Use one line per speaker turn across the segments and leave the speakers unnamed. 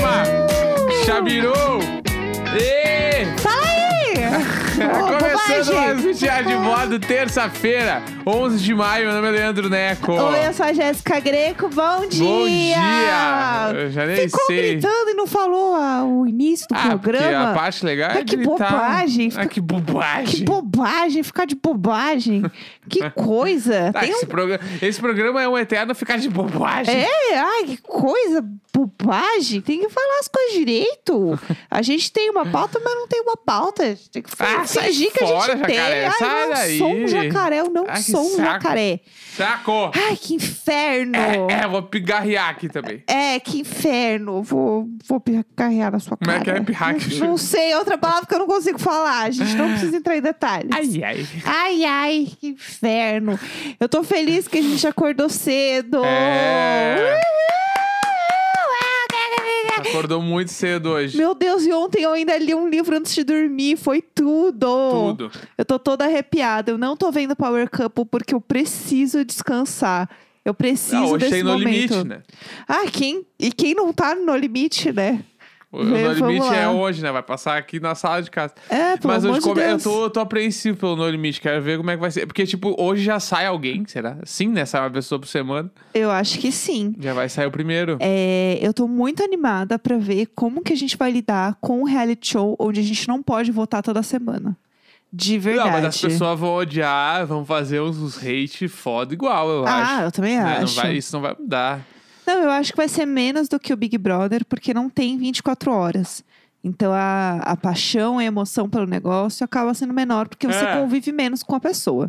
Começando mais um
Tá bobagem.
Diário de Bordo, terça-feira, 11 de maio. Meu nome é Leandro Neco.
Oi, eu sou a Jéssica Greco, bom dia!
Bom
ah,
dia! Eu já nem
Ficou
sei.
gritando e não falou ah, o início do
ah, porque
programa?
a parte legal é
Mas que
gritar.
bobagem.
Ah, que bobagem.
Que bobagem, ficar de bobagem. que coisa.
Ah,
Tem
esse,
um-
programa, esse programa é um eterno ficar de bobagem.
É, ai, que coisa, bobagem. Tem que falar as coisas direito. A gente tem uma pauta, mas não tem uma pauta. Tem que
Ah,
falar
sai
fingir que a gente
fora,
tem.
jacaré,
ai,
sai
não
daí.
sou um jacaré, eu não
Ah, que
sou um
saco.
jacaré.
Saco!
Ai, que inferno.
É, vou pigarrear aqui também.
É, que inferno. Vou, vou carregar na sua
Como é
cara.
que é pirrar que
Não sei, é outra palavra que eu não consigo falar. A gente não precisa entrar em detalhes.
Ai, ai.
Ai, ai, que inferno. Eu tô feliz que a gente acordou cedo.
É. Acordou muito cedo hoje.
Meu Deus, e ontem eu ainda li um livro antes de dormir. Foi tudo.
Tudo.
Eu tô toda arrepiada. Eu não tô vendo Power Couple porque eu preciso descansar. Eu preciso
Ah, hoje
desse
tem no
momento.
limite, né?
Ah, quem... e quem não tá no limite, né?
O, o
Vê,
No
vamos
Limite é
lá.
hoje, né? Vai passar aqui na sala de casa.
É, pelo
Mas
amor
hoje
de
come- eu
Deus.
tô, eu tô apreensivo pelo No Limite, quero ver como é que vai ser. Porque, tipo, hoje já sai alguém, será? Sim, né? Sai uma pessoa por semana,
Eu acho que sim.
já vai sair o primeiro.
É, eu tô muito animada pra ver como que a gente vai lidar com um reality show onde a gente não pode votar toda semana. De verdade.
Não, mas as pessoas vão odiar, vão fazer uns, uns hate foda igual, eu
ah,
acho.
eu também
Né? Não
acho.
vai- isso não vai mudar.
Não, eu acho que vai ser menos do que o Big Brother, porque não tem 24 horas. Então a, a paixão e a emoção pelo negócio acaba sendo menor, porque você
É.
convive menos com a pessoa.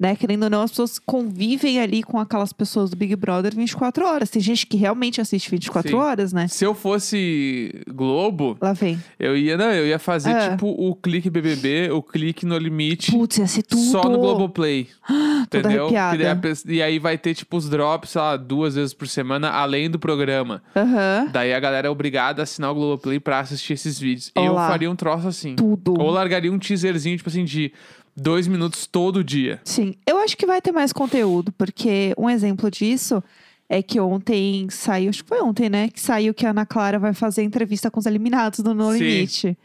Né? Querendo ou não, as pessoas convivem ali com aquelas pessoas do Big Brother 24 horas. Tem gente que realmente assiste 24
Sim.
horas, né?
Se eu fosse Globo,
Lá vem.
eu ia, não, eu ia fazer
Ah.
tipo o clique BBB, o clique no limite.
Putz, ia ser tudo.
Só no Globoplay.
toda
entendeu? Que daí a
arrepiada.
pe- E aí vai ter, tipo, os drops, sei lá, duas vezes por semana, além do programa.
Aham.
Daí a galera é obrigada a assinar o Globoplay pra assistir esses vídeos. Eu
Olá.
faria um troço assim.
Tudo.
Ou largaria um teaserzinho, tipo assim, de dois minutos todo dia.
Sim, eu acho que vai ter mais conteúdo, porque um exemplo disso é que ontem saiu, acho que foi ontem, né? Que saiu que a Ana Clara vai fazer entrevista com os eliminados do No
Sim.
Limite.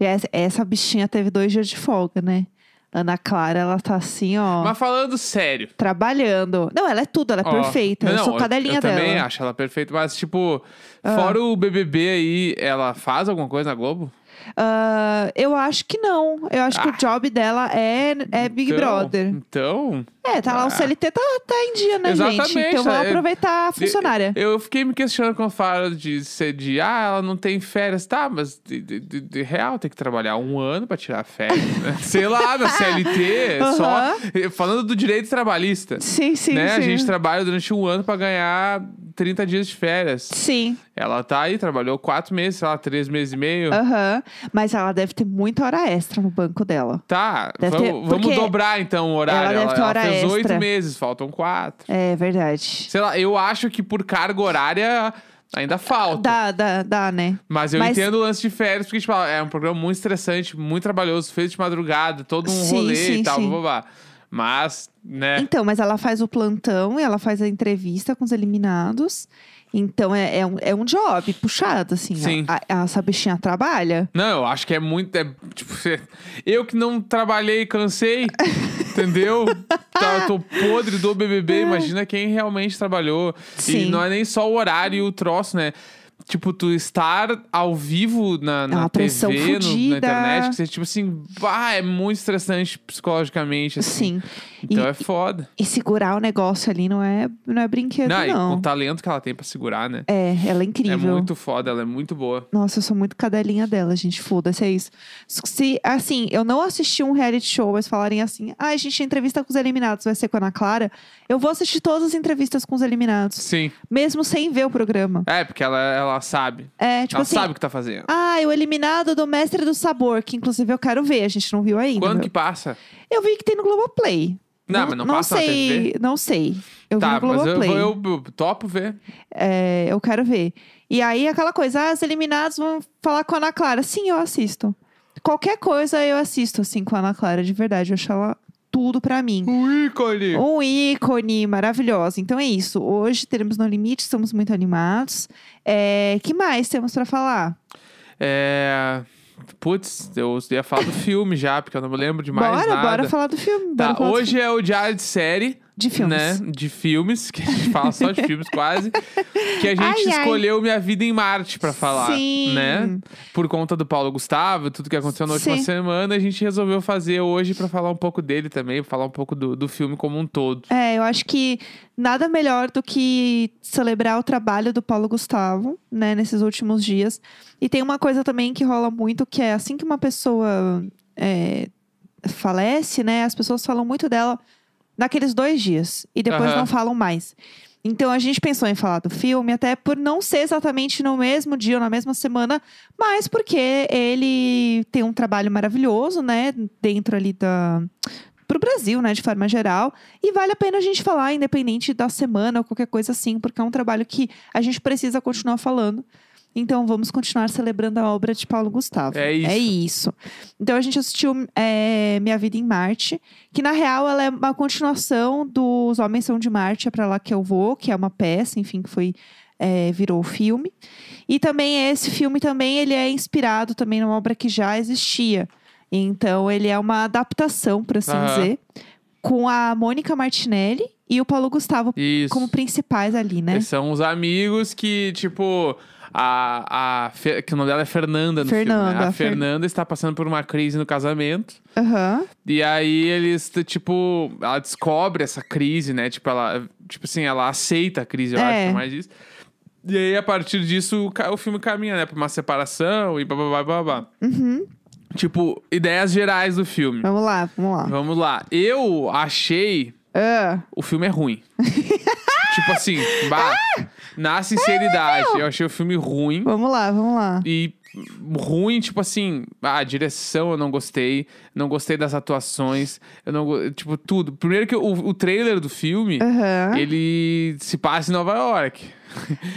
E essa, essa bichinha teve dois dias de folga, né? Ana Clara, ela tá assim, ó,
Mas falando sério.
trabalhando. Não, ela é tudo, ela é
ó,
perfeita.
não,
eu sou
não,
cadelinha
eu
dela. Ah.
também acho ela perfeita, mas, tipo, fora o BBB aí, ela faz alguma coisa na Globo?
Ah, eu acho que não. Eu acho que
Ah.
o job dela é, é Big
Então-
Brother.
Então,
É, tá lá,
Ah.
o CLT tá, tá em dia, né, gente?
Exatamente,
Então vamos
é-
aproveitar a funcionária.
Eu fiquei me questionando quando falaram de ser de ah, ela não tem férias, tá, mas de, de- de- de real tem que trabalhar um ano pra tirar férias. né? Sei lá, na CLT, só.
Aham.
eh, Falando do direito trabalhista.
Sim, sim,
né?
sim.
A gente trabalha durante um ano pra ganhar 30 dias de férias.
Sim,
Ela tá aí, trabalhou quatro meses, sei lá, três meses e meio.
aham. Mas ela deve ter muita hora extra no banco dela.
Tá,
Deve
vamos,
ter-
vamos
porque
dobrar então o horário.
ela deve ter hora
fez oito
extra.
meses, faltam quatro.
É verdade.
Sei lá, eu acho que por carga horária ainda falta.
Dá, dá, dá, né?
Mas eu
Mas-
entendo o lance de férias, porque, tipo, é um programa muito estressante, muito trabalhoso, feito de madrugada, todo um
Sim,
rolê e
sim,
tal,
sim.
babá. Mas, né?
Então, mas ela faz o plantão e ela faz a entrevista com os eliminados. Então é, é, um, é um job puxado, assim.
Sim.
A, a- essa bichinha trabalha.
Não, eu acho que é muito. É, tipo, cê- eu que não trabalhei, cansei, entendeu? Tá, tô podre do BBB. Imagina quem realmente trabalhou. E
É. Sim.
não é nem só o horário e o troço, né? Tipo, tu estar ao vivo na, na
É uma pressão
TV, no- na
fudida.
internet, que você, tipo assim, bah, é muito estressante psicologicamente. Assim.
Sim. E-
Então é foda.
E segurar o negócio ali não é, não é brinquedo,
Não,
não.
e com o talento que ela tem pra segurar, né?
É, ela é
É
incrível.
muito foda, ela é muito boa.
Nossa, eu sou muito cadelinha dela, gente. Foda-se, é isso. Se, assim, eu não assisti um reality show, mas falarem assim, ah, a gente entrevista com os eliminados, vai ser com a Ana Clara. Eu vou assistir todas as entrevistas com os eliminados,
Sim.
mesmo sem ver o programa.
É, porque ela, ela sabe.
É, tipo
ela
assim,
sabe o que tá fazendo.
ah, o eliminado do Mestre do Sabor, que inclusive eu quero ver, a gente não viu ainda.
Quando que passa?
Eu vi que tem no Globoplay.
Não, mas não passa na
sei,
TV?
Não sei. Eu vi
tá,
no
mas eu,
Globoplay.
vou- eu, eu topo ver.
É, eu quero ver. E aí, aquela coisa, ah, os eliminados vão falar com a Ana Clara. Sim, eu assisto. Qualquer coisa eu assisto, assim, com a Ana Clara, de verdade. Eu acho ela tudo pra mim.
O ícone!
Um ícone maravilhosa. Então é isso. Hoje teremos No Limite, estamos muito animados. É, que mais temos pra falar?
É. Putz, eu ia falar do filme já, porque eu não me lembro de mais
bora,
nada.
bora falar do filme.
Tá,
bora falar do
hoje é o diário de série,
filme. de filmes.
né? De filmes, que a gente fala só de filmes quase. Que a gente
Ai, ai.
escolheu Minha Vida em Marte pra falar,
Sim.
né? Por conta do Paulo Gustavo, tudo que aconteceu na última
Sim.
semana, a gente resolveu fazer hoje pra falar um pouco dele também, pra falar um pouco do, do filme como um todo.
É, eu acho que nada melhor do que celebrar o trabalho do Paulo Gustavo, né, nesses últimos dias. E tem uma coisa também que rola muito, que é assim que uma pessoa é, falece, né, as pessoas falam muito dela naqueles dois dias e depois
Aham.
não falam mais. Então a gente pensou em falar do filme, até por não ser exatamente no mesmo dia ou na mesma semana, mas porque ele tem um trabalho maravilhoso, né, dentro ali da pro Brasil, né, de forma geral, e vale a pena a gente falar independente da semana ou qualquer coisa assim, porque é um trabalho que a gente precisa continuar falando. Então vamos continuar celebrando a obra de Paulo Gustavo.
É isso.
É isso. Então a gente assistiu é, Minha Vida em Marte, que na real ela é uma continuação dos Homens São de Marte, é pra lá que eu vou, que é uma peça, enfim, que foi é, virou o filme. E também esse filme também ele é inspirado também numa obra que já existia. Então ele é uma adaptação, por assim
Aham.
dizer, com a Mônica Martinelli e o Paulo Gustavo
Isso.
como principais ali, né?
Eles São os amigos que, tipo, a. a Fe- que o nome dela é Fernanda no filme. Né?
Fernanda,
A
a Fer-
Fernanda está passando por uma crise no casamento.
Aham.
E aí eles, t- tipo, ela descobre essa crise, né? Tipo, ela. Tipo assim, ela aceita a crise, eu
É.
acho, que é mais isso. E aí, a partir disso, o, ca- o filme caminha, né? Pra uma separação e babá, babá.
Uhum.
Tipo, ideias gerais do filme.
Vamos lá, vamos lá.
Vamos lá. Eu achei
Ah,
o filme é ruim. tipo assim, bah, na sinceridade, eu achei o filme ruim.
vamos lá, vamos lá.
E ruim, tipo assim, ah, a direção eu não gostei, não gostei das atuações, eu não go- tipo tudo. Primeiro que o, o trailer do filme,
Aham.
ele se passa em Nova York.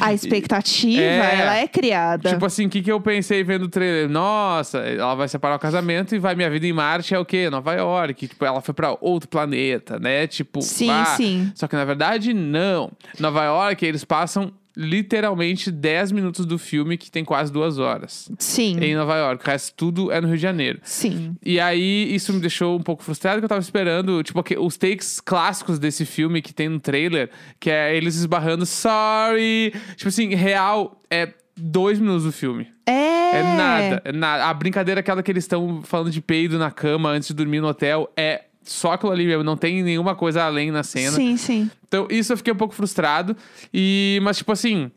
A expectativa,
É.
ela é criada.
Tipo assim, o que, que eu pensei vendo o trailer? Nossa, ela vai separar o casamento e vai minha vida em Marte é o quê? Nova York. Tipo, ela foi pra outro planeta, né? Tipo,
Sim,
ah,
sim.
Só que na verdade, não. Nova York, eles passam literalmente 10 minutos do filme, que tem quase duas horas.
Sim.
Em Nova York. O resto tudo é no Rio de Janeiro.
Sim.
E aí, isso me deixou um pouco frustrado, que eu tava esperando, tipo, aque- os takes clássicos desse filme que tem no trailer, que é eles esbarrando, sorry. Tipo assim, real, é dois minutos do filme.
É.
É nada, é nada. A brincadeira aquela que eles estão falando de peido na cama antes de dormir no hotel é só aquilo ali mesmo. Não tem nenhuma coisa além na cena.
Sim, sim.
Então, isso eu fiquei um pouco frustrado. E, mas, tipo assim,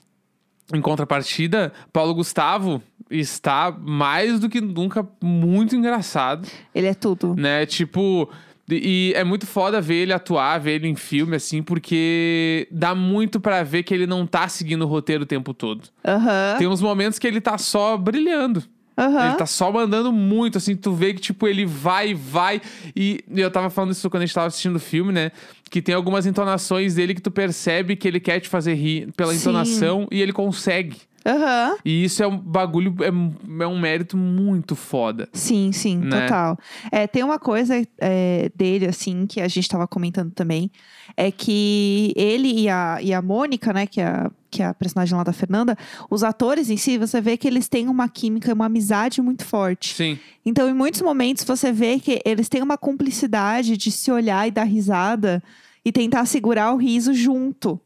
em contrapartida, Paulo Gustavo está mais do que nunca muito engraçado,
Ele é tudo.
né? Tipo. E e é muito foda ver ele atuar, ver ele em filme, assim, porque dá muito pra ver que ele não tá seguindo o roteiro o tempo todo.
Aham.
Tem uns momentos que ele tá só brilhando.
Aham.
Ele tá só mandando muito, assim, tu vê que, tipo, ele vai, vai. E eu tava falando isso quando a gente tava assistindo o filme, né? Que tem algumas entonações dele que tu percebe que ele quer te fazer rir pela
Sim.
entonação e ele consegue.
Aham.
E isso é um bagulho, é, um- é um mérito muito foda.
Sim, sim,
Né?
total. É, tem uma coisa é, dele, assim, que a gente estava comentando também, é que ele e a, e a Mônica, né, que é, a- que é a personagem lá da Fernanda, os atores em si, você vê que eles têm uma química, uma amizade muito forte.
Sim.
Então, em muitos momentos, você vê que eles têm uma cumplicidade de se olhar e dar risada e tentar segurar o riso junto.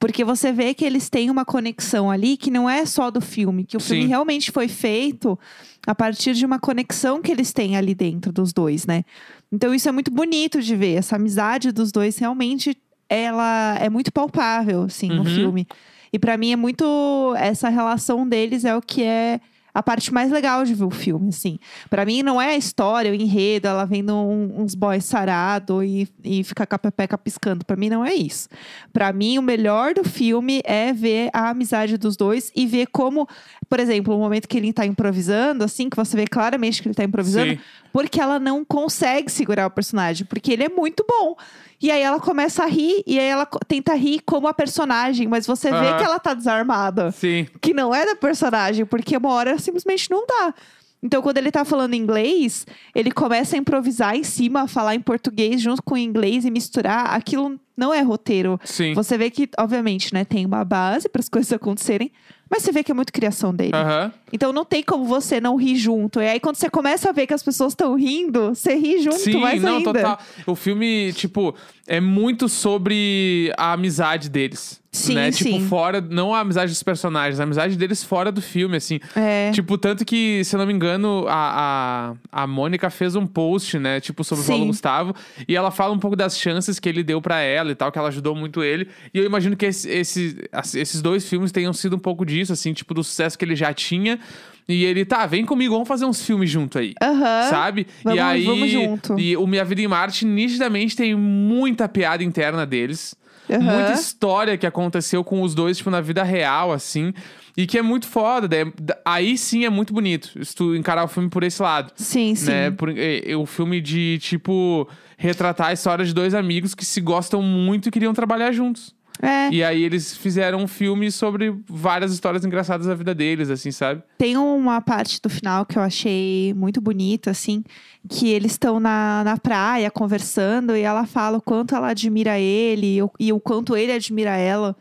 Porque você vê que eles têm uma conexão ali que não é só do filme, que o filme
Sim.
realmente foi feito a partir de uma conexão que eles têm ali dentro dos dois, né? Então isso é muito bonito de ver. Essa amizade dos dois realmente ela é muito palpável, assim,
Uhum.
no filme. E pra mim é muito essa relação deles é o que é a parte mais legal de ver o filme, assim. Pra mim não é a história, o enredo, ela vendo um- uns boys sarado e, e ficar com a pepeca piscando. Pra mim não é isso. Pra mim o melhor do filme é ver a amizade dos dois e ver como, por exemplo, o momento que ele tá improvisando, assim, que você vê claramente que ele tá improvisando,
Sim.
porque ela não consegue segurar o personagem, porque ele é muito bom. E aí ela começa a rir, e aí ela co- tenta rir como a personagem, mas você vê
Aham.
que ela tá desarmada,
Sim.
que não é da personagem, porque uma hora simplesmente não dá. Então, quando ele tá falando inglês, ele começa a improvisar em cima, a falar em português junto com o inglês e misturar. Aquilo não é roteiro.
Sim.
Você vê que, obviamente, né, tem uma base para as coisas acontecerem, Mas você vê que é muito criação dele.
Aham.
Então não tem como você não rir junto. E aí quando você começa a ver que as pessoas estão rindo, você ri junto
Sim,
mais
não,
ainda.
total. O filme, tipo, é muito sobre a amizade deles.
Sim,
né? Tipo,
sim.
fora. Não a amizade dos personagens, a amizade deles fora do filme, assim.
É.
Tipo, tanto que, se eu não me engano, a, a, a Mônica fez um post, né? Tipo, sobre o Paulo
Sim.
Gustavo. E ela fala um pouco das chances que ele deu pra ela e tal, que ela ajudou muito ele. E eu imagino que esse, esse- as- esses dois filmes tenham sido um pouco disso, assim, tipo, do sucesso que ele já tinha. E ele, tá, vem comigo, vamos fazer uns filmes junto aí.
Aham.
Sabe?
Vamos-
e aí.
vamos junto.
E o Minha Vida em Marte, nitidamente, tem muita piada interna deles.
Aham.
Muita história que aconteceu com os dois, tipo, na vida real, assim. E que é muito foda. daí- da- Aí sim é muito bonito. Se tu encarar o filme por esse lado.
Sim, sim.
Né? Por- é, é o filme de, tipo, retratar a história de dois amigos que se gostam muito e queriam trabalhar juntos.
É.
E aí eles fizeram um filme sobre várias histórias engraçadas da vida deles, assim, sabe?
Tem uma parte do final que eu achei muito bonita, assim, que eles estão na, na praia conversando e ela fala o quanto ela admira ele e o, e o quanto ele admira ela.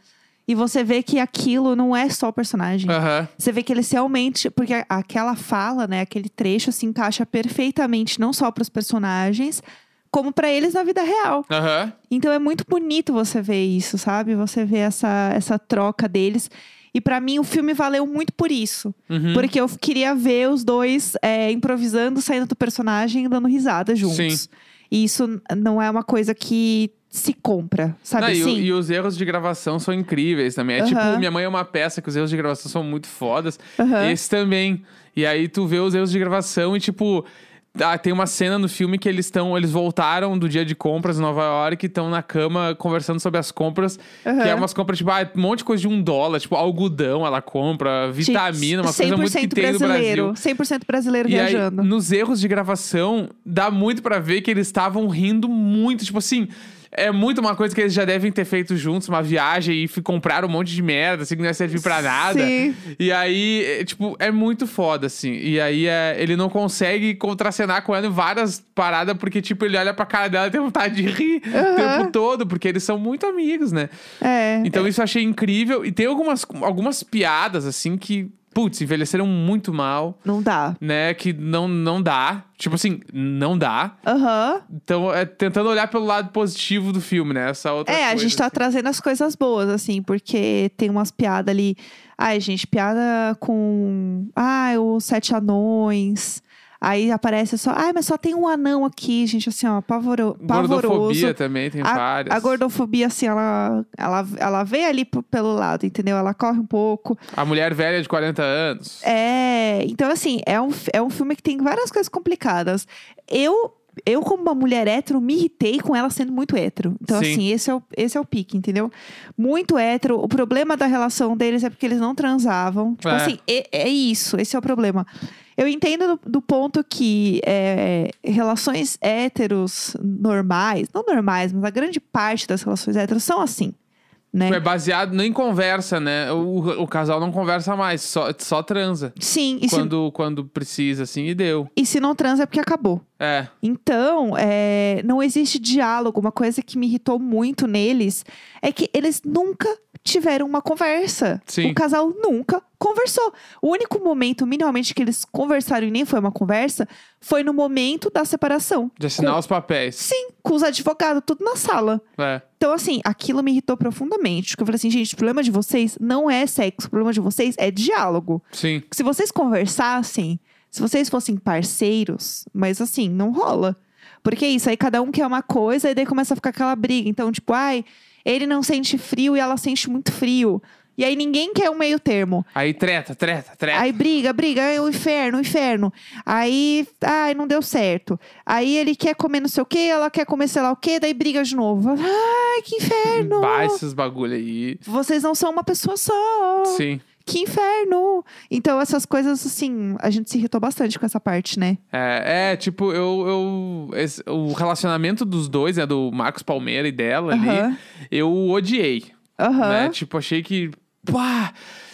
E você vê que aquilo não é só o personagem.
Aham.
Você vê que eles realmente. Porque a- aquela fala, né? Aquele trecho se encaixa perfeitamente, não só para os personagens, como para eles na vida real.
Aham.
Então é muito bonito você ver isso, sabe? Você ver essa, essa troca deles. E pra mim o filme valeu muito por isso.
Uhum.
Porque eu queria ver os dois é, improvisando, saindo do personagem e dando risada juntos.
Sim.
E isso n- não é uma coisa que se compra, sabe?
Não, e, o-
assim?
e os erros de gravação são incríveis também. É
Aham.
tipo, Minha Mãe é uma peça que os erros de gravação são muito fodas.
Aham.
Esse também. E aí tu vê os erros de gravação e tipo. ah, tem uma cena no filme que eles estão. Eles voltaram do dia de compras em Nova York e estão na cama conversando sobre as compras.
Aham.
Que é umas compras, tipo, ah, um monte de coisa de um dólar, tipo, algodão ela compra, vitamina, uma coisa muito que
100%
tem no
brasileiro.
Brasil.
100% brasileiro
E aí,
viajando.
nos erros de gravação, dá muito pra ver que eles estavam rindo muito. Tipo assim, é muito uma coisa que eles já devem ter feito juntos, uma viagem e fi- compraram um monte de merda, assim, que não ia servir pra nada.
Sim.
E aí, é, tipo, é muito foda, assim. E aí, é, ele não consegue contracenar com ela em várias paradas, porque, tipo, ele olha pra cara dela e tem vontade de rir o
Aham.
tempo todo, porque eles são muito amigos, né?
É.
Então isso eu achei incrível. E tem algumas, algumas piadas, assim, que, putz, envelheceram muito mal
Não dá.
né? Que não, não dá. Tipo assim, não dá.
Aham.
Então, é tentando olhar pelo lado positivo do filme, né? Essa outra
É,
coisa.
a gente tá trazendo as coisas boas, assim, porque tem umas piadas ali. Ai, gente, piada com. Ai, os sete anões. Aí aparece só. Ai, mas só tem um anão aqui, gente, assim, ó, pavoro...
Gordofobia
pavoroso.
também, tem
A,
várias.
a gordofobia, assim, ela, ela, ela vem ali p- pelo lado, entendeu? Ela corre um pouco.
A mulher velha de 40 anos.
É. Então, assim, é um, f- é um filme que tem várias coisas complicadas. Eu. Eu, como uma mulher hétero, me irritei com ela sendo muito hétero. Então,
Sim.
assim, esse é, o, esse é o pique, entendeu? Muito hétero. O problema da relação deles é porque eles não transavam. Tipo
É.
assim, é, é isso. Esse é o problema. Eu entendo do, do ponto que é, relações héteros normais... Não normais, mas a grande parte das relações héteros são assim, né?
É baseado nem em conversa, né? O, o casal não conversa mais, só, só transa.
Sim, e, se,
Quando, quando precisa, assim, e deu.
e se não transa é porque acabou.
É.
Então, é, não existe diálogo. Uma coisa que me irritou muito neles é que eles nunca tiveram uma conversa.
Sim.
O casal nunca conversou. O único momento, minimamente, que eles conversaram e nem foi uma conversa, foi no momento da separação.
De assinar os papéis.
Sim, com os advogados, tudo na sala.
É.
Então, assim, aquilo me irritou profundamente. Porque eu falei assim, gente, o problema de vocês não é sexo, o problema de vocês é diálogo
Sim.
se vocês conversassem, se vocês fossem parceiros, mas assim, não rola. Porque é isso, aí cada um quer uma coisa e daí começa a ficar aquela briga. Então, tipo, ai, ele não sente frio e ela sente muito frio. E aí ninguém quer um meio termo.
Aí treta, treta, treta.
Aí briga, briga, é o inferno, o inferno. Aí, ai, não deu certo. Aí ele quer comer não sei o quê, ela quer comer sei lá o quê, daí briga de novo. Ai, que inferno!
Vai esses bagulho aí.
Vocês não são uma pessoa só.
Sim.
Que inferno! Então, essas coisas, assim, a gente se irritou bastante com essa parte, né?
É, é, tipo, eu. eu esse- o relacionamento dos dois, né? Do Marcos Palmeira e dela ali,
Aham.
eu odiei.
Aham.
Né? Tipo, achei que. Pá!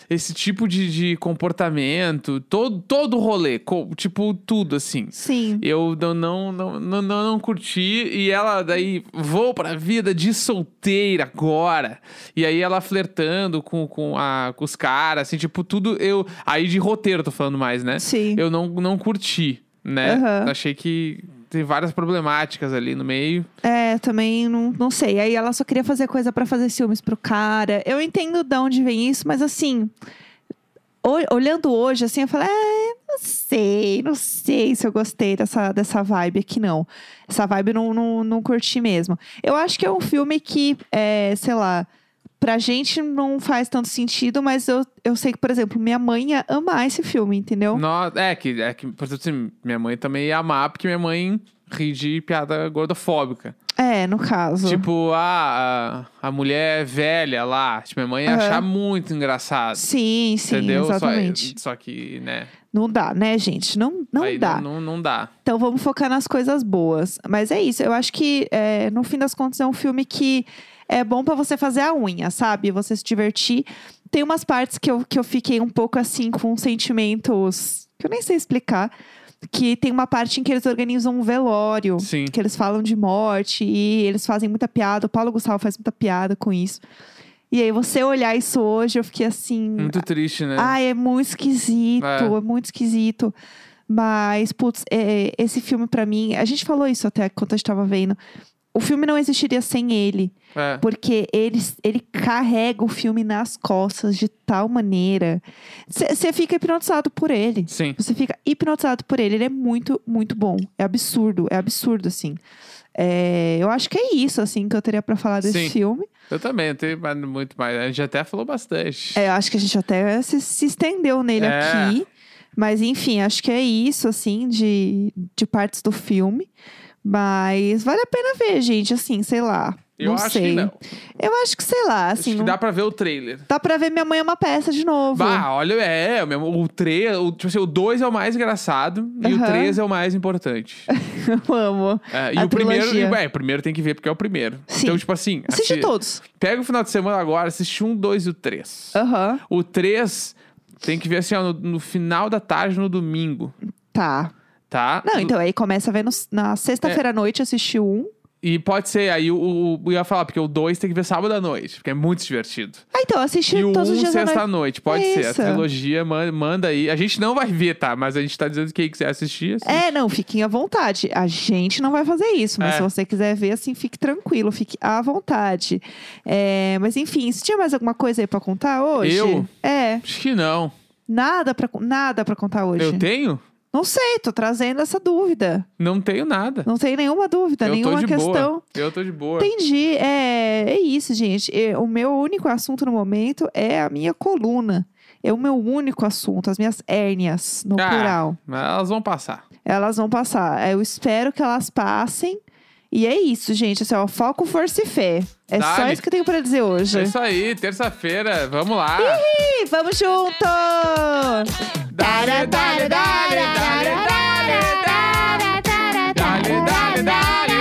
esse tipo de, de comportamento, todo, todo o rolê, co- tipo, tudo, assim.
Sim.
Eu não, não, não, não, não, não curti. E ela daí, vou pra vida de solteira agora. E aí ela flertando com, com, a, com os caras, assim, tipo, tudo eu. Aí de roteiro, tô falando mais, né?
Sim.
Eu não, não curti, né?
Aham.
Achei que tem várias problemáticas ali no meio.
É, também não, não sei. Aí ela só queria fazer coisa pra fazer ciúmes pro cara. Eu entendo de onde vem isso, mas assim. o- Olhando hoje, assim, eu falo, é, não sei, não sei se eu gostei dessa, dessa vibe aqui, não. Essa vibe eu não, não, não curti mesmo. Eu acho que é um filme que, é, sei lá, pra gente não faz tanto sentido, mas eu, eu sei que, por exemplo, minha mãe ia amar esse filme, entendeu?
No- é, que, é que, por exemplo, assim, minha mãe também ia amar, porque minha mãe ri de piada gordofóbica.
É, no caso.
Tipo, a, a, a mulher velha lá. Tipo, minha mãe ia
Aham.
achar muito engraçado.
sim, sim,
Entendeu? Só-
exatamente.
Só, que, né?
Não dá, né, gente? Não, não
aí
dá.
Não, não, não dá.
Então vamos focar nas coisas boas. Mas é isso, eu acho que é, no fim das contas é um filme que é bom pra você fazer a unha, sabe? Você se divertir. Tem umas partes que eu, que eu fiquei um pouco assim com sentimentos que eu nem sei explicar. Que tem uma parte em que eles organizam um velório
Sim.
que eles falam de morte e eles fazem muita piada. O Paulo Gustavo faz muita piada com isso. E aí você olhar isso hoje, eu fiquei assim.
Muito triste, né?
Ah, é muito esquisito,
É.
é, muito esquisito. Mas, putz, é, esse filme pra mim, a gente falou isso até quando a gente tava vendo. O filme não existiria sem ele,
É.
porque ele, ele carrega o filme nas costas de tal maneira. Você fica hipnotizado por ele.
Sim.
Você fica hipnotizado por ele. Ele é muito, muito bom. É absurdo, é absurdo, assim. É, eu acho que é isso, assim, que eu teria pra falar desse
Sim.
filme.
Eu também, eu tenho mais- muito mais. A gente até falou bastante.
É, eu acho que a gente até se, se estendeu nele
É.
aqui. Mas, enfim, acho que é isso, assim, de, de partes do filme. Mas vale a pena ver, gente, assim, sei lá.
eu
não
acho
sei.
que não.
Eu acho que, sei lá,
acho
assim.
que
não-
dá
dá...
pra ver o trailer.
pra ver Minha Mãe é uma peça de novo.
Bah, olha, é, o mesmo- o 3, o, tipo assim, o 2 é o mais engraçado e o
Aham.
3 é o mais importante.
Eu amo.
É, e
A
o primeiro,
trilogia.
e, é, o primeiro tem que ver porque é o primeiro.
Sim.
Então, tipo assim,
Assiste
assi-
todos.
pega o final de semana agora, assiste um, dois e o três.
Aham.
O 3 tem que ver assim, ó, no, no final da tarde, no domingo,
Tá.
tá?
Não, então aí começa a ver no- na
É.
sexta-feira à noite, assistir um.
E pode ser, aí o, o, o- eu ia falar, porque o 2 tem que ver sábado à noite, porque é muito divertido.
Ah, então, assisti
e o 1
todos os
um,
dias à noite. É
sexta-noite, pode ser. A
Isso.
trilogia man- manda aí. A gente não vai ver, tá? Mas a gente tá dizendo que quem quiser assistir, assim.
É, não, fiquem à vontade. A gente não vai fazer isso, mas
É.
se você quiser ver, assim, fique tranquilo, fique à vontade. É, mas enfim, se tinha mais alguma coisa aí pra contar hoje?
Eu?
É,
Acho que não.
nada pra, nada pra contar hoje.
Eu tenho?
Não sei, tô trazendo essa dúvida.
Não tenho nada.
Não tem nenhuma dúvida,
eu tô
nenhuma
de
questão.
boa. Eu tô de boa.
Entendi. É, é isso, gente. É, o meu único assunto no momento é a minha coluna. É o meu único assunto, as minhas hérnias, no
Ah.
plural.
Mas elas vão passar.
Elas vão passar. Eu espero que elas passem. E é isso, gente. Assim, ó, foco, força e fé. É só
Dale.
isso que eu tenho pra dizer hoje.
É isso aí, terça-feira, vamos lá.
Ih, vamos junto!
Dale, dale, dale, dale, dale, dale. Dale, dale, dale.